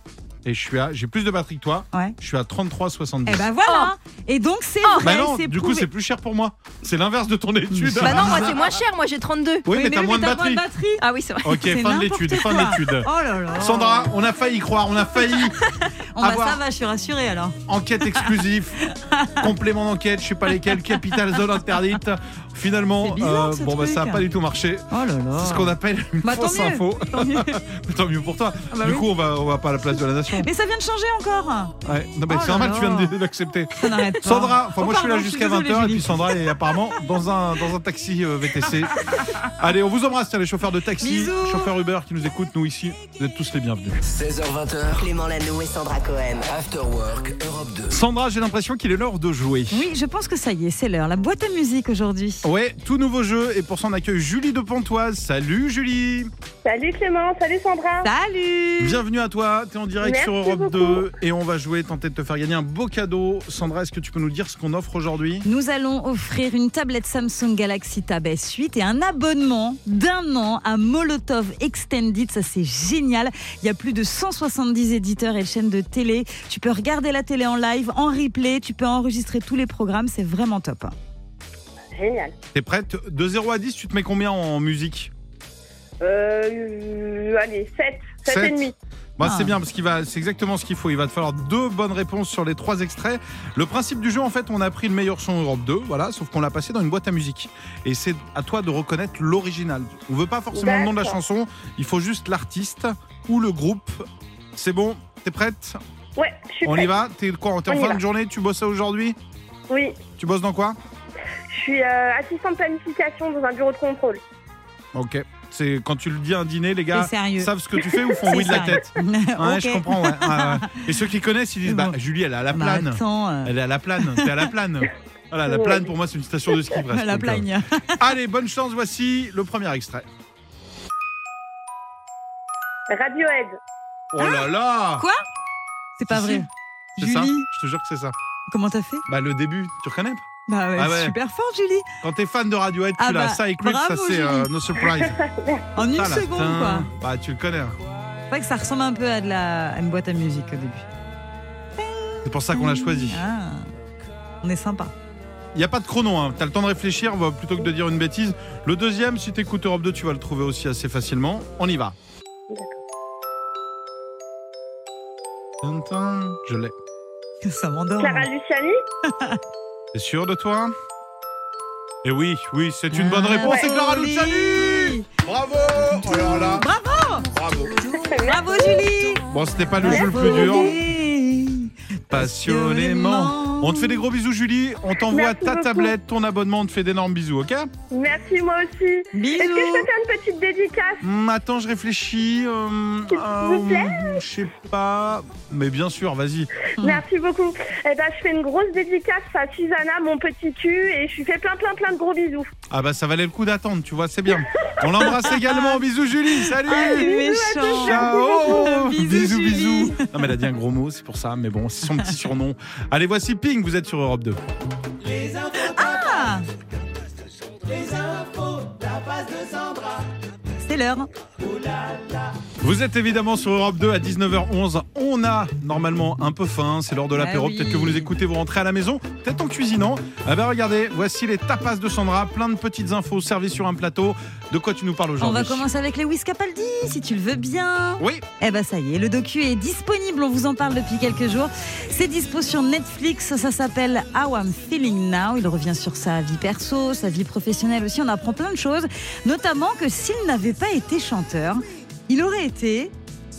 S1: Et je suis à. J'ai plus de batterie que toi.
S2: Ouais.
S1: Je suis à 33,70.
S2: Eh ben voilà. Et donc c'est
S1: Bah
S2: vrai,
S1: non,
S2: c'est
S1: du coup
S2: prouvé.
S1: c'est plus cher pour moi. C'est l'inverse de ton étude.
S10: Bah non, moi, c'est moins cher. Moi, j'ai 32.
S1: oui, mais
S2: mais
S1: t'as
S2: oui,
S1: moins de
S2: mais
S1: batterie.
S2: batterie.
S10: Ah oui, c'est vrai.
S1: Ok,
S2: C'est
S1: fin de
S2: n'importe
S1: l'étude, fin
S2: quoi.
S1: de l'étude.
S2: Oh là là.
S1: Sandra, on a failli y croire, on a failli.
S2: On va
S1: avoir-
S2: ça va, je suis rassurée alors.
S1: Enquête exclusive, complément d'enquête, je sais pas lesquels, Capital Zone interdite. Finalement,
S2: C'est bizarre, ce
S1: bon bah ça a
S2: truc.
S1: pas du tout marché.
S2: Oh là là.
S1: C'est ce qu'on appelle une
S2: Bah, tant
S1: fausse
S2: mieux.
S1: info.
S2: Tant mieux.
S1: Tant mieux pour toi.
S2: Ah bah
S1: du
S2: oui.
S1: coup, on va, on va pas à la place de la nation.
S2: Mais ça vient de changer encore.
S1: Ouais. Non, mais
S2: Oh
S1: c'est
S2: là
S1: normal, tu viens
S2: là.
S1: de l'accepter.
S2: Ça n'arrête pas.
S1: Sandra, enfin
S2: Oh,
S1: moi je suis là
S2: pardon,
S1: jusqu'à
S2: désolée,
S1: 20h et puis
S2: Julie.
S1: Sandra est apparemment dans un, dans un taxi euh, VTC. Allez, on vous embrasse, tiens, les chauffeurs de taxi,
S2: Bisous.
S1: chauffeurs Uber qui nous écoutent, nous ici, vous êtes tous les bienvenus.
S4: 16h20h,
S5: Clément Lanoux et Sandra Cohen.
S4: After Work Europe 2.
S1: Sandra, j'ai l'impression qu'il est l'heure de jouer.
S2: Oui, je pense que ça y est, c'est l'heure. La boîte à musique aujourd'hui.
S1: Ouais, tout nouveau jeu et pour ça on accueille Julie de Pontoise. Salut Julie
S6: Salut Clément, salut Sandra.
S2: Salut.
S1: Bienvenue à toi, t'es en direct
S6: Merci
S1: sur Europe
S6: beaucoup.
S1: 2 et on va jouer, tenter de te faire gagner un beau cadeau. Sandra, est-ce que tu peux nous dire ce qu'on offre aujourd'hui
S2: Nous allons offrir une tablette Samsung Galaxy Tab S8 et un abonnement d'un an à Molotov Extended. Ça, c'est génial. Il y a plus de 170 éditeurs et chaînes de télé. Tu peux regarder la télé en live, en replay. Tu peux enregistrer tous les programmes. C'est vraiment top.
S6: Génial.
S1: T'es prête De 0 à 10, tu te mets combien en musique
S6: Euh, allez, 7, 7 et
S1: Sept.
S6: demi.
S1: Bah,
S2: Ah.
S1: C'est bien parce qu'il va, c'est exactement ce qu'il faut. Il va te falloir deux bonnes réponses sur les trois extraits. Le principe du jeu, en fait, on a pris le meilleur son Europe 2, voilà, sauf qu'on l'a passé dans une boîte à musique. Et c'est à toi de reconnaître l'original. On veut pas forcément le nom de la
S6: D'accord.
S1: chanson, il faut juste l'artiste ou le groupe. C'est bon, t'es prête
S6: Ouais, je suis
S1: On
S6: prête.
S1: y va T'es quoi T'es
S6: On
S1: en
S6: y
S1: fin
S6: va.
S1: de journée Tu bosses ça aujourd'hui
S6: Oui,
S1: Tu bosses dans quoi
S6: je suis euh, assistante de planification dans un bureau de contrôle.
S1: Ok. C'est quand tu le dis à un dîner, les
S2: C'est
S1: gars
S2: sérieux.
S1: savent ce que tu fais ou font
S2: C'est
S1: oui de la
S2: sérieux.
S1: tête. Ouais,
S2: Ok.
S1: je comprends. ouais. Ouais, ouais. Et ceux qui connaissent, ils disent
S2: Bon.
S1: bah, Julie, elle a la
S2: Bah,
S1: plane.
S2: attends, euh,
S1: Elle est à la plane, t'es à la plane. Voilà, la
S6: Ouais.
S1: plane pour moi c'est une station de ski presque.
S2: la
S1: Donc, euh,
S2: plagne.
S1: Allez, bonne chance, voici le premier extrait.
S6: Radiohead.
S1: Oh là là
S2: Ah, Quoi C'est pas
S1: Si,
S2: vrai.
S1: C'est ça
S2: Julie,
S1: Je te jure que c'est ça.
S2: comment t'as fait
S1: Bah le début, tu reconnais
S2: Bah ouais,
S1: Ah ouais.
S2: super fort, Julie.
S1: Quand t'es fan de Radiohead,
S2: Ah
S1: tu l'as.
S2: bah,
S1: Ça et Club, ça
S2: bravo,
S1: c'est euh,
S2: Julie.
S1: No Surprise.
S2: En une
S1: Ah, là,
S2: seconde,
S1: tain.
S2: quoi.
S1: Bah tu le connais. hein.
S2: C'est vrai que ça ressemble un peu à, de la... à une boîte à musique au début.
S1: C'est pour ça qu'on l'a choisi.
S2: Ah, on est sympa.
S1: Il n'y a pas de chrono, hein. t'as le temps de réfléchir bah, plutôt que de dire une bêtise. Le deuxième, si t'écoutes Europe 2, tu vas le trouver aussi assez facilement. On y va. Tin, tin. Je l'ai.
S2: Ça m'endort. hein.
S6: Clara Luciani.
S1: T'es sûr de toi Et oui, oui, c'est une
S6: Ah,
S1: bonne réponse,
S6: bah,
S1: c'est Clara
S2: Julie.
S1: Luciani Bravo Oh là là
S2: Bravo
S1: Bravo
S2: Bravo Julie
S1: Bon, c'était pas le jeu le plus dur. Passionnément On te fait des gros bisous, Julie. On t'envoie
S6: Merci
S1: ta
S6: beaucoup.
S1: tablette, ton abonnement, on te fait d'énormes bisous, ok
S6: Merci, moi aussi. Est-ce que je peux
S2: Bisous
S6: faire une petite dédicace
S1: Hum, Attends, je réfléchis. euh,
S6: vous plaît
S1: euh, Je sais pas. Mais bien sûr, vas-y.
S6: Merci beaucoup. Eh ben, je fais une grosse dédicace à Susanna, mon petit cul, et je lui fais plein, plein, plein de gros bisous.
S1: Ah bah, ça valait le coup d'attendre, tu vois, c'est bien. On l'embrasse également. Bisous, Julie.
S2: Ah,
S1: Salut
S2: méchant.
S1: Ciao
S2: Bisous,
S1: Bisous,
S2: Julie.
S1: bisous. Non, mais elle a dit un gros mot, c'est pour ça, mais bon, c'est son petit surnom. Allez, voici Ping, vous êtes sur Europe 2.
S2: Ah C'est l'heure.
S1: Vous êtes évidemment sur Europe 2 à 19h11. On a normalement un peu faim, c'est l'heure de l'apéro.
S2: Ah oui.
S1: Peut-être que vous nous écoutez, vous rentrez à la maison, peut-être en cuisinant. Ah ben regardez, voici les tapas de Sandra, plein de petites infos servies sur un plateau. De quoi tu nous parles
S2: On
S1: aujourd'hui
S2: va commencer avec Lewis Capaldi, si tu le veux bien.
S1: Oui,
S2: Eh ben ça y est, le docu est disponible, on vous en parle depuis quelques jours. C'est dispo sur Netflix, ça s'appelle How I'm Feeling Now. Il revient sur sa vie perso, sa vie professionnelle aussi, on apprend plein de choses, notamment que s'il n'avait pas été chanteur, il aurait été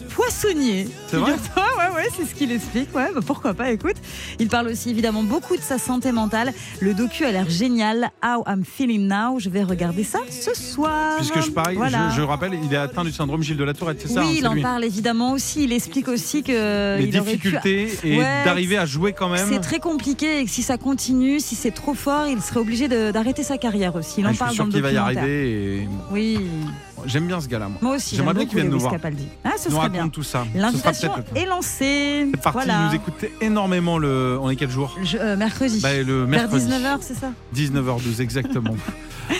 S2: poissonnier.
S1: C'est vrai
S2: Figure-toi, ouais, ouais, c'est ce qu'il explique. Ouais, bah, pourquoi pas, écoute. Il parle aussi évidemment beaucoup de sa santé mentale. Le docu a l'air génial. How I'm feeling now. Je vais regarder ça ce soir.
S1: Puisque je parie,
S2: Voilà.
S1: je, je rappelle, il est atteint du syndrome Gilles de la Tourette, c'est ça hein,
S2: oui, il
S1: c'est
S2: en
S1: lui.
S2: parle évidemment aussi. Il explique aussi que
S1: Les
S2: il aurait pu-
S1: difficultés et
S2: Ouais,
S1: d'arriver à jouer quand
S2: C'est
S1: même.
S2: très compliqué et que si ça continue, si c'est trop fort, il serait obligé de- d'arrêter sa carrière aussi. Il en
S1: Ah, je
S2: parle
S1: suis
S2: dans
S1: sûr
S2: le
S1: qu'il va y
S2: documentaire.
S1: arriver. et-
S2: Oui,
S1: J'aime bien ce gars-là, moi.
S2: moi aussi.
S1: J'aimerais
S2: j'aime
S1: bien qu'il vienne nous
S2: beaucoup Lewis
S1: voir.
S2: Capaldi. Ah, ce
S1: Il nous
S2: serait
S1: raconte
S2: bien.
S1: tout ça. Ce sera
S2: L'invitation
S1: peut-être le-
S2: est lancée.
S1: C'est parti,
S2: Voilà.
S1: vous écoutez énormément le. On est quel jour
S2: Je- euh, mercredi.
S1: Bah, Le
S2: Vers
S1: mercredi.
S2: 19h, c'est ça
S1: 19h12, exactement.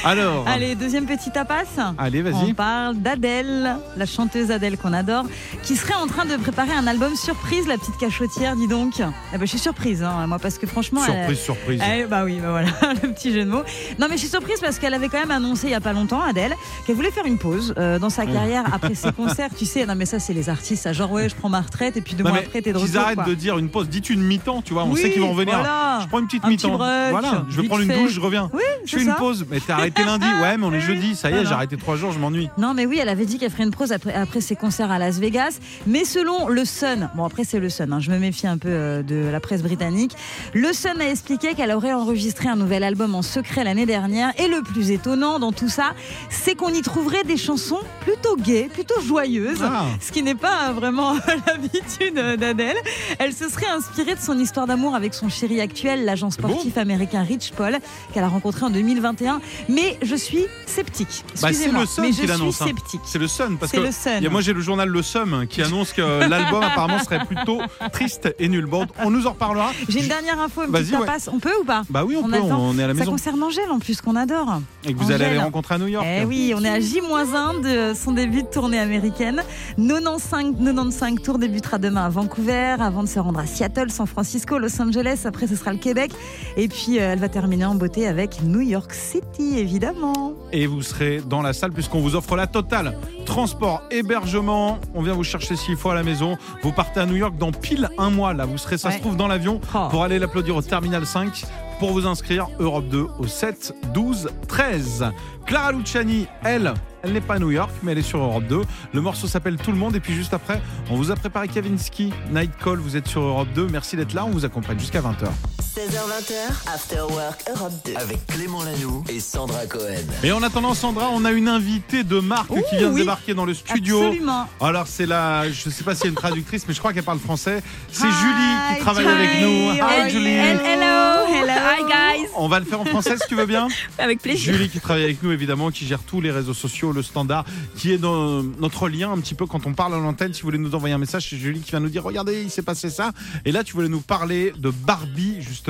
S1: Alors.
S2: Allez, deuxième petit tapas.
S1: Allez,
S2: On
S1: Ah, vas-y.
S2: parle d'Adèle, la chanteuse Adèle qu'on adore, qui serait en train de préparer un album surprise, la petite cachotière, dis donc. Eh ben, je suis surprise, hein, moi, parce que franchement, elle-
S1: Surprise, surprise.
S2: Eh, bah oui, bah voilà, le petit jeu de mots. Non, mais je suis surprise parce qu'elle avait quand même annoncé il y a pas longtemps, Adèle, qu'elle voulait faire une pause euh, dans sa
S1: Mm.
S2: carrière après ses concerts. Tu sais, non, mais ça, c'est les artistes, ça, genre, ouais, je prends ma retraite et puis deux
S1: Non,
S2: mois
S1: mais
S2: après, t'es de
S1: qu'ils
S2: retour.
S1: arrêtent
S2: quoi.
S1: de dire une pause, dites une mi-temps, tu vois, on
S2: Oui,
S1: sait qu'ils vont revenir.
S2: voilà.
S1: Je prends une petite
S2: Un
S1: mi-temps.
S2: petit break,
S1: voilà, je vais
S2: vite
S1: prendre une
S2: fait.
S1: douche, je reviens.
S2: Oui,
S1: je
S2: c'est
S1: fais une
S2: ça.
S1: pause, mais t'es arrêté lundi. Ouais, mais on est jeudi, ça y est,
S2: Voilà.
S1: j'ai arrêté trois jours, je m'ennuie.
S2: Non, mais oui, elle avait dit qu'elle ferait une pause après, après ses concerts à Las Vegas. Mais selon le Sun, bon, après, c'est le Sun, hein, je me méfie un peu euh, de la presse britannique. Le Sun a expliqué qu'elle aurait enregistré un nouvel album en secret l'année dernière. Et le plus étonnant dans tout ça, c'est qu'on y trouverait des chansons plutôt gaies, plutôt joyeuses.
S1: Ah.
S2: Ce qui n'est pas euh, vraiment l'habitude euh, d'Adèle. Elle se serait inspirée de son histoire d'amour avec son chéri actuel, l'agent
S1: bon
S2: sportif américain Rich Paul, qu'elle a rencontré en 2021. Mais je suis sceptique.
S1: Bah, c'est
S2: Excusez-moi,
S1: le Sun
S2: mais
S1: qui
S2: je suis
S1: l'annonce, hein.
S2: sceptique.
S1: C'est le Sun, parce
S2: C'est
S1: que
S2: le Sun.
S1: il y a- moi j'ai le journal Le Sun qui annonce que l'album apparemment serait plutôt triste et nul. Bon, on nous en reparlera.
S2: J'ai une dernière info, une
S1: Vas-y,
S2: petite
S1: ouais.
S2: tapasse. On peut ou pas
S1: Bah oui, on,
S2: On
S1: peut,
S2: attend.
S1: on est à la
S2: Ça
S1: maison.
S2: concerne Angèle en plus qu'on adore.
S1: Et que vous allez aller
S2: Angèle.
S1: rencontrer à New York.
S2: Eh oui, on est à J-1 de son début de tournée américaine. 95, 95 tours débutera demain à Vancouver, avant de se rendre à Seattle, San Francisco, Los Angeles. Après, ce sera le Québec. Et puis, euh, elle va terminer en beauté avec New York City, évidemment.
S1: et vous serez dans la salle puisqu'on vous offre la totale. Transport, hébergement, on vient vous chercher s'il faut à la maison. Vous partez à New York dans pile un mois. Là, vous serez, ça se
S2: Ouais.
S1: trouve, dans l'avion
S2: Oh.
S1: pour aller l'applaudir au Terminal 5. Pour vous inscrire, Europe 2 au 7, 12, 13. Clara Luciani, elle, elle n'est pas à New York, mais elle est sur Europe 2. Le morceau s'appelle Tout le monde. Et puis juste après, on vous a préparé Kavinsky, Night Call. Vous êtes sur Europe 2. Merci d'être là. On vous accompagne jusqu'à 20h.
S5: 16h20h, After Work Europe 2.
S4: Avec Clément Lanoux et Sandra Cohen.
S1: Et en attendant, Sandra, on a une invitée de marque qui vient de
S2: oui.
S1: débarquer dans le studio.
S2: Absolument.
S1: Alors c'est la, je sais pas si elle est une traductrice, mais je crois qu'elle parle français. C'est
S2: Hi,
S1: Julie qui travaille
S2: Julie.
S1: avec nous.
S2: Hi,
S10: Hello, hello, hi guys.
S1: On va le faire en français si tu veux bien.
S10: Avec plaisir.
S1: Julie qui travaille avec nous évidemment, qui gère tous les réseaux sociaux, le standard, qui est dans notre lien un petit peu quand on parle à l'antenne. Si vous voulez nous envoyer un message, c'est Julie qui vient nous dire regardez il s'est passé ça. Et là tu voulais nous parler de Barbie justement.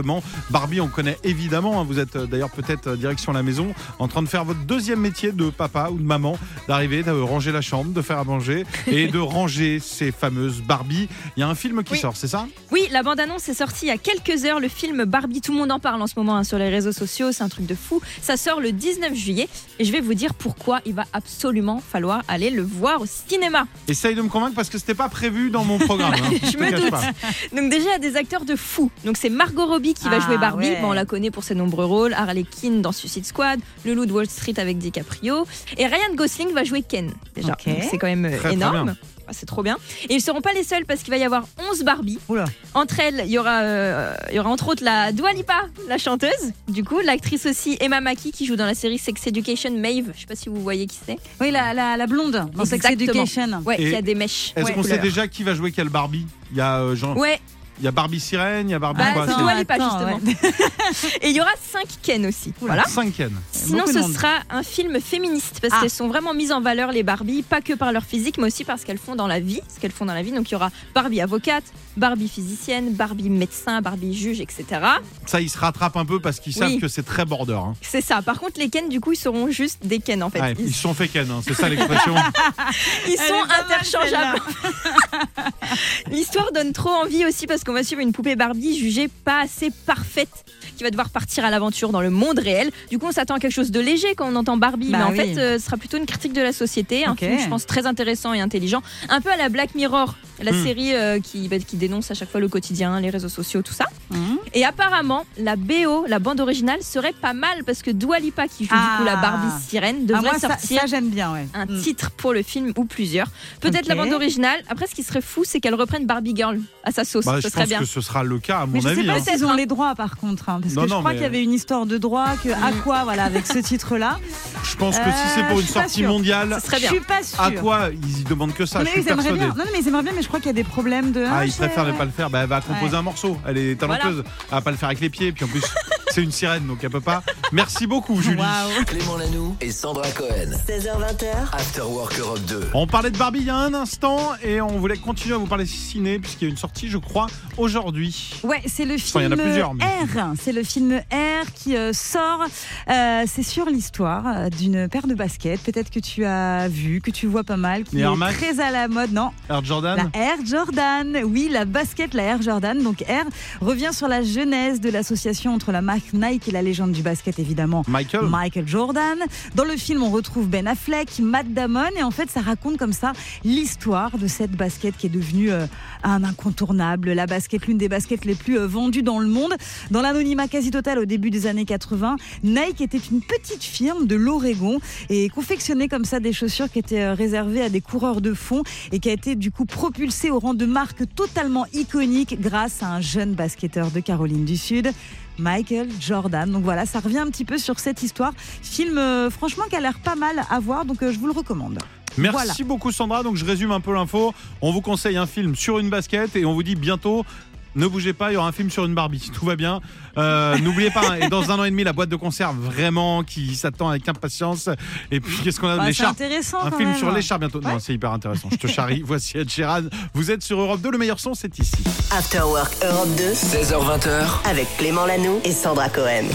S1: Barbie on connaît évidemment. hein. vous êtes euh, d'ailleurs peut-être euh, direction la maison en train de faire votre deuxième métier de papa ou de maman, d'arriver, de ranger la chambre, de faire à manger et de ranger ces fameuses Barbie. Il y a un film qui
S10: Oui.
S1: sort, c'est ça
S10: Oui, la bande-annonce est sortie il y a quelques heures. Le film Barbie, tout le monde en parle en ce moment hein, sur les réseaux sociaux, c'est un truc de fou. Ça sort le 19 juillet et je vais vous dire pourquoi il va absolument falloir aller le voir au cinéma.
S1: Essaye de me convaincre parce que c'était pas prévu dans mon programme. hein.
S10: Je
S1: te
S10: me
S1: cache
S10: doute.
S1: pas.
S10: Donc déjà, il y a des acteurs de fou. Donc c'est Margot Robbie qui va
S2: Ah,
S10: jouer Barbie.
S2: ouais.
S10: Bon, on la connaît pour ses nombreux rôles. Harley Quinn dans Suicide Squad, Le Loup de Wall Street avec DiCaprio. Et Ryan Gosling va jouer Ken. Déjà,
S2: Ok.
S10: Donc, c'est quand même euh,
S1: Très, très
S10: énorme.
S1: bien.
S10: Ah, C'est trop bien. Et ils seront pas les seuls parce qu'il va y avoir 11 Barbie.
S2: Oula.
S10: Entre elles, il y, aura, euh, il y aura entre autres la Dua Lipa, la chanteuse. Du coup, l'actrice aussi Emma Mackey qui joue dans la série Sex Education Maeve. Je sais pas si vous voyez qui c'est.
S2: Oui, la, la- la blonde dans Sex
S10: Exactement.
S2: Education.
S10: Ouais,
S1: Et
S10: qui a des mèches.
S1: Est-ce
S10: Ouais.
S1: qu'on sait déjà qui va jouer quelle Barbie Il y a euh, Jean-
S10: Ouais,
S1: Il y a Barbie Sirène, il y a Barbie
S10: Bah,
S1: quoi
S10: c'est
S1: c'est-
S10: Dua Lipa,
S2: attends,
S10: justement.
S2: ouais.
S10: et il y aura 5 Ken aussi. Voilà.
S1: Cinquième.
S10: Sinon,
S2: Beaucoup de
S10: ce
S2: monde.
S10: sera un film féministe parce
S2: Ah.
S10: qu'elles sont vraiment mises en valeur, les Barbie, pas que par leur physique, mais aussi parce qu'elles font dans la vie, ce qu'elles font dans la vie. Donc, il y aura Barbie avocate, Barbie physicienne, Barbie médecin, Barbie juge, etc.
S1: Ça, ils se rattrapent un peu parce qu'ils savent
S10: Oui.
S1: que c'est très border. hein.
S10: C'est ça. Par contre, les Ken, du coup, ils seront juste des Ken, en fait.
S1: Ouais, ils
S10: ils,
S1: se sont fait ken, hein, c'est ça l'expression.
S2: Elle
S10: ils
S2: est
S10: sont
S2: pas mal,
S10: interchangeables. L'histoire donne trop envie aussi parce qu'on va suivre une poupée Barbie jugée pas assez parfaite qui va devoir partir à l'aventure dans le monde réel. Du coup, on s'attend à quelque chose de léger quand on entend Barbie,
S2: Bah
S10: mais en
S2: oui.
S10: fait, euh, ce sera plutôt une critique de la société, un
S2: Ok.
S10: film, je pense, très intéressant et intelligent, un peu à la Black Mirror la
S1: Hmm.
S10: série euh, qui, bah, qui dénonce à chaque fois le quotidien, les réseaux sociaux, tout ça.
S2: Mhm.
S10: Et apparemment, la BO, la bande originale, serait pas mal parce que Dua Lipa, qui joue
S2: Ah.
S10: du coup la Barbie sirène,
S2: Ah,
S10: devrait
S2: moi, ça,
S10: sortir
S2: ça, j'aime bien, ouais.
S10: un
S2: Mm.
S10: titre pour le film ou plusieurs. Peut-être
S2: Ok.
S10: la bande originale. Après, ce qui serait fou, c'est qu'elle reprenne Barbie Girl à sa sauce.
S1: Bah,
S10: ce
S1: je
S10: serait
S1: pense
S10: bien.
S1: que ce sera le cas, à
S2: Mais
S1: mon
S2: je sais
S1: avis.
S2: pas
S1: hein.
S2: si ils ont les droits par contre, hein, parce
S1: Non,
S2: que je
S1: non,
S2: crois
S1: mais- Mm.
S2: qu'il y avait une histoire de droit que Aqua, voilà, avec ce titre-là.
S1: Je pense que si c'est
S2: Euh,
S1: pour
S2: je
S1: une
S2: suis pas
S1: sortie
S2: sûre.
S1: mondiale,
S10: Ce serait
S2: Je
S10: bien.
S2: suis pas sûre.
S1: à quoi ils y demandent que ça
S2: Mais
S1: Je suis
S2: ils aimeraient
S1: persuadé.
S2: bien. Non, non, mais ils aimeraient bien, mais je crois qu'il y a des problèmes de.
S1: Ah,
S2: Ah,
S1: ils
S2: je-
S1: préfèrent ne pas le faire. Bah, elle va composer
S2: Ouais.
S1: un morceau. Elle est talenteuse. Elle va pas le faire avec les pieds. Puis en plus, c'est une sirène, donc elle peut pas. Merci beaucoup, Julie.
S2: Waouh.
S4: Clément Lanoux et Sandra Cohen.
S5: 16h20h,
S4: After Work Europe 2.
S1: On parlait de Barbie il y a un instant et on voulait continuer à vous parler ciné puisqu'il y a une sortie, je crois, aujourd'hui.
S2: Ouais, c'est le
S1: Enfin, il
S2: film
S1: y en a plusieurs, mais-
S2: R. C'est le film R qui euh, sort. Euh, c'est sur l'histoire euh, d'une paire de baskets. Peut-être que tu as vu, que tu vois pas mal, qui
S1: Les Air
S2: est
S1: Max
S2: très à la mode. Non,
S1: Air Jordan.
S2: La Air Jordan, oui, la basket, la Air Jordan. Donc Air revient sur la genèse de l'association entre la marque Nike et la légende du basket, évidemment.
S1: Michael.
S2: Michael Jordan. Dans le film, on retrouve Ben Affleck, Matt Damon, et en fait, ça raconte comme ça l'histoire de cette basket qui est devenue euh, un incontournable, la basket, l'une des baskets les plus euh, vendues dans le monde. Dans l'anonymat quasi total au début des années 80, Nike était une petite firme de l'Oregon et confectionnait comme ça des chaussures qui étaient euh, réservées à des coureurs de fond et qui a été du coup propulsée au rang de marque totalement iconique grâce à un jeune basketteur de Caroline du Sud. Michael Jordan. Donc voilà, ça revient un petit peu sur cette histoire. Film euh, franchement qui a l'air pas mal à voir, donc euh, je vous le recommande.
S1: Ah, Merci
S2: Voilà.
S1: beaucoup, Sandra. Donc, je résume un peu l'info. On vous conseille un film sur une basket et on vous dit bientôt. Ne bougez pas, il y aura un film sur une Barbie, tout va bien. Euh, N'oubliez pas, hein, et dans un an et demi, la boîte de conserve vraiment qui s'attend avec impatience. Et puis, qu'est-ce qu'on a
S2: Bah, c'est
S1: L'écharpe.
S2: intéressant.
S1: Un
S2: quand
S1: film
S2: même.
S1: sur les chars bientôt. Non, c'est hyper intéressant. Je te charrie. Voici Ed Sheeran. Vous êtes sur Europe 2. Le meilleur son, c'est ici.
S5: After Work Europe 2
S4: 16h20.
S5: avec Clément Lanoux et Sandra Cohen.